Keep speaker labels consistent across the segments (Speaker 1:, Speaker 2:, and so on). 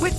Speaker 1: With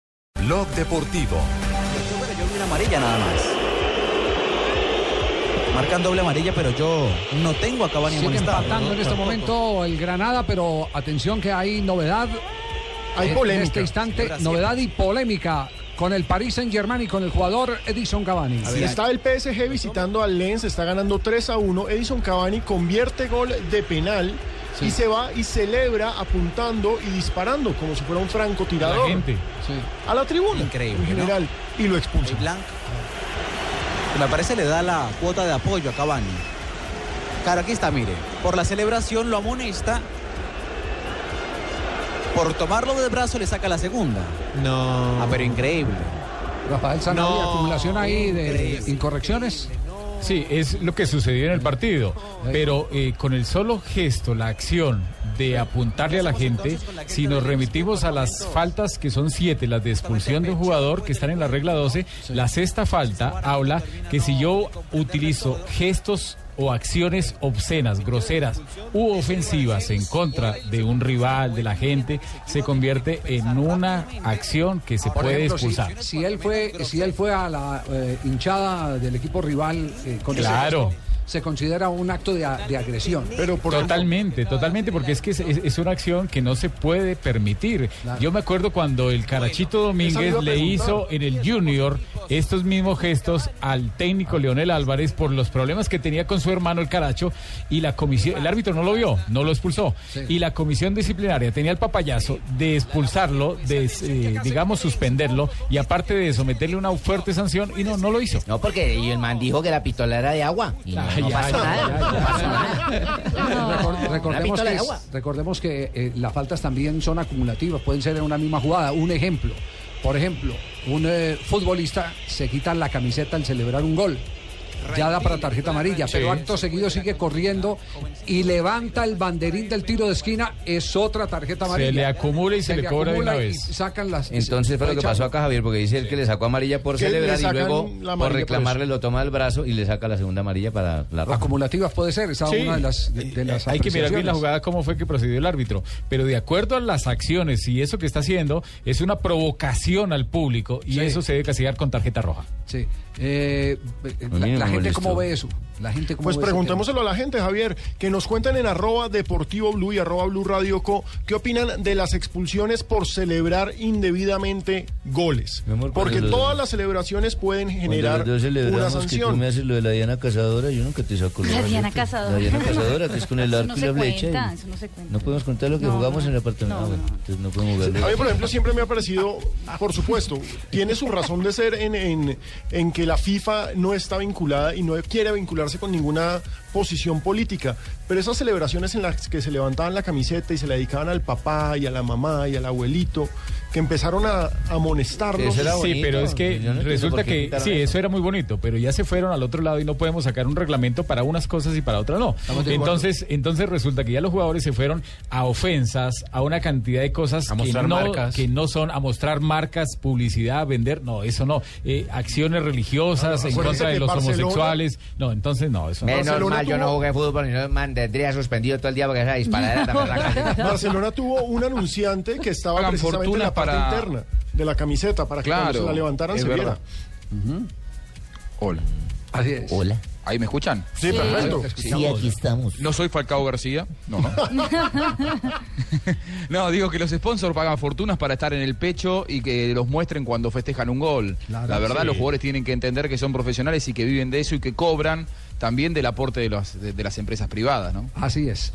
Speaker 2: Blog Deportivo.
Speaker 3: Bueno, yo vi una amarilla nada más. Marcan doble amarilla, pero yo no tengo a Cavani
Speaker 4: Sigue
Speaker 3: amonestado.
Speaker 4: empatando en este momento el Granada, pero atención que hay novedad.
Speaker 5: Hay
Speaker 4: en- En
Speaker 5: polémica.
Speaker 4: este instante,
Speaker 3: Ahora sí.
Speaker 4: novedad y polémica con el Paris Saint Germain y con el jugador Edison Cavani.
Speaker 5: Sí, Está el PSG visitando al Lens, está ganando 3 a 1. Edison Cavani convierte gol de penal
Speaker 4: Sí.
Speaker 5: y se va y celebra apuntando y disparando como si fuera un
Speaker 4: Oh.
Speaker 5: francotirador.
Speaker 4: Sí.
Speaker 5: A la tribuna.
Speaker 3: Increíble,
Speaker 5: En general. Y lo expulsa.
Speaker 3: Ahí Blanc. Que Me parece le da la cuota de apoyo a Cavani. Claro, aquí está, mire. Por la celebración lo amonesta. Por tomarlo del brazo le saca la segunda. No. Ah, pero increíble.
Speaker 4: Rafael Sanabria, acumulación ahí de
Speaker 3: Increíble.
Speaker 4: incorrecciones.
Speaker 6: Sí, es lo que sucedió en el partido. Pero eh, con el solo gesto, la acción de apuntarle a la gente, si nos remitimos a las faltas que son siete, las de expulsión de un jugador que están en la regla 12, la sexta falta habla que si yo utilizo gestos o acciones obscenas, groseras u ofensivas en contra de un rival, de la gente, se convierte en una acción que se
Speaker 4: Por
Speaker 6: puede
Speaker 4: ejemplo, si-
Speaker 6: expulsar.
Speaker 4: Si, él fue, si él fue a la eh, hinchada del equipo rival eh, con ese
Speaker 6: Claro.
Speaker 4: gesto, se considera un acto de, a- de agresión.
Speaker 5: Pero por
Speaker 6: Totalmente, totalmente, porque es que es, es- es una acción que no se puede permitir. Yo me acuerdo cuando el Carachito
Speaker 5: Esa le
Speaker 6: Domínguez
Speaker 5: iba a
Speaker 6: le
Speaker 5: preguntar.
Speaker 6: hizo en el Junior estos mismos gestos al técnico Leonel Álvarez por los problemas que tenía con su hermano el Caracho y la comisión, el árbitro no lo vio, no lo expulsó. Y la comisión disciplinaria tenía el papayazo de expulsarlo, de, eh, digamos, suspenderlo y aparte de eso, meterle una fuerte sanción y no, no lo hizo.
Speaker 7: No, porque y el man dijo que la pistola era de agua. Y no,
Speaker 6: Ay,
Speaker 7: no
Speaker 6: ay,
Speaker 7: pasó
Speaker 6: ay,
Speaker 7: nada.
Speaker 6: ay,
Speaker 7: no
Speaker 6: ay.
Speaker 7: pasó nada.
Speaker 4: Recor-
Speaker 7: Ah. Una
Speaker 4: recordemos,
Speaker 7: pistola
Speaker 4: que
Speaker 7: de
Speaker 4: es-
Speaker 7: agua.
Speaker 4: recordemos que eh, las faltas también son acumulativas, pueden ser en una misma jugada. Un ejemplo, por ejemplo, un eh, futbolista se quita la camiseta al celebrar un gol. Ya da para tarjeta amarilla, pero acto seguido sigue corriendo y levanta el banderín del tiro de esquina, es otra tarjeta amarilla.
Speaker 6: le acumula y se le cobra de
Speaker 4: acumula
Speaker 6: una
Speaker 4: y
Speaker 6: vez.
Speaker 4: sacan las, y se-
Speaker 7: Entonces fue lo que
Speaker 4: echan-
Speaker 7: pasó acá, Javier, porque dice el que le sacó amarilla por
Speaker 5: Que le
Speaker 7: celebrar y
Speaker 5: sacan
Speaker 7: luego
Speaker 5: la
Speaker 7: por
Speaker 5: amarilla por
Speaker 7: reclamarle lo toma del brazo y le saca la segunda amarilla para la roja.
Speaker 4: Acumulativas puede ser, esa es
Speaker 6: Sí. Eh,
Speaker 4: una de las, de, de las
Speaker 6: Hay que mirar bien la
Speaker 4: apreciaciones.
Speaker 6: jugada, cómo fue que procedió el árbitro. Pero de acuerdo a las acciones y eso que está haciendo, es una provocación al público y
Speaker 4: Sí.
Speaker 6: eso se debe castigar con tarjeta roja.
Speaker 4: Sí. Eh,
Speaker 7: mí
Speaker 4: la,
Speaker 7: me
Speaker 4: la gente
Speaker 7: molestó.
Speaker 4: cómo ve eso. La gente cómo
Speaker 5: Pues
Speaker 4: ve ese
Speaker 5: preguntémoselo a la gente, Javier, que nos cuenten en arroba deportivo blue y arroba blue radio co, qué opinan de las expulsiones por celebrar indebidamente goles.
Speaker 7: Mi amor,
Speaker 5: Porque
Speaker 7: cuando lo-
Speaker 5: todas las celebraciones pueden generar
Speaker 7: Cuando los dos
Speaker 5: una
Speaker 7: celebramos que tú
Speaker 5: sanción.
Speaker 7: me haces lo de la Diana Cazadora, yo nunca te saco
Speaker 8: La
Speaker 7: los
Speaker 8: Diana
Speaker 7: billetes.
Speaker 8: Cazadora.
Speaker 7: La Diana Cazadora, que es con el
Speaker 8: Eso
Speaker 7: arco
Speaker 8: no
Speaker 7: y
Speaker 8: se
Speaker 7: la flecha.
Speaker 8: cuenta,
Speaker 7: y-
Speaker 8: eso no se cuenta.
Speaker 7: No podemos contar lo que
Speaker 8: No,
Speaker 7: jugamos
Speaker 8: no.
Speaker 7: en el apartamento.
Speaker 8: No,
Speaker 7: Ah, bueno,
Speaker 8: no.
Speaker 7: entonces no podemos jugarlo.
Speaker 5: A
Speaker 2: pues,
Speaker 5: mí, por ejemplo, siempre me ha parecido, por supuesto, tiene su razón de ser en, en- en que la FIFA no está vinculada y no quiere vincularse con ninguna posición política. Pero esas celebraciones en las que se levantaban la camiseta y se la dedicaban al papá y a la mamá y al abuelito, que empezaron a amonestarlos.
Speaker 7: Eso era
Speaker 6: sí,
Speaker 7: bonito.
Speaker 6: pero es que
Speaker 7: Yo no entiendo
Speaker 6: resulta
Speaker 7: por qué
Speaker 6: que
Speaker 7: quitaron
Speaker 6: sí,
Speaker 7: eso.
Speaker 6: eso era muy bonito, pero ya se fueron al otro lado y no podemos sacar un reglamento para unas cosas y para otras no.
Speaker 5: de acuerdo.
Speaker 6: Entonces, entonces resulta que ya los jugadores se fueron a ofensas, a una cantidad de cosas
Speaker 2: A
Speaker 6: que
Speaker 2: mostrar
Speaker 6: no,
Speaker 2: marcas.
Speaker 6: que no son a mostrar marcas, publicidad, vender, no, eso no, Eh, acciones religiosas en
Speaker 5: acuérdese
Speaker 6: contra de
Speaker 5: que
Speaker 6: los
Speaker 5: Barcelona-
Speaker 6: homosexuales, no, entonces no, eso no.
Speaker 7: Menos
Speaker 5: Barcelona
Speaker 7: mal, yo
Speaker 5: tuvo-
Speaker 7: no jugué fútbol, ni no, man, tendría suspendido todo el día porque esa disparadera también la cara.
Speaker 5: Barcelona tuvo un anunciante que estaba
Speaker 2: Hagan
Speaker 5: precisamente en la
Speaker 2: fortuna
Speaker 5: parte
Speaker 2: para-
Speaker 5: interna de la camiseta para que
Speaker 2: Claro,
Speaker 5: cuando se la levantaran
Speaker 2: es
Speaker 5: se
Speaker 2: verdad.
Speaker 5: viera.
Speaker 2: Hola.
Speaker 4: Así es.
Speaker 7: Hola.
Speaker 2: ¿Ahí me escuchan?
Speaker 5: Sí, perfecto.
Speaker 7: Sí, aquí estamos.
Speaker 2: No soy Falcao García. No, no. no, digo que los sponsors pagan fortunas para estar en el pecho y que los muestren cuando festejan un gol.
Speaker 4: Claro,
Speaker 2: la verdad,
Speaker 6: sí.
Speaker 2: los jugadores tienen que entender que son profesionales y que viven de eso y que cobran también del aporte de, los- de- de las empresas privadas, ¿no?
Speaker 4: Así es.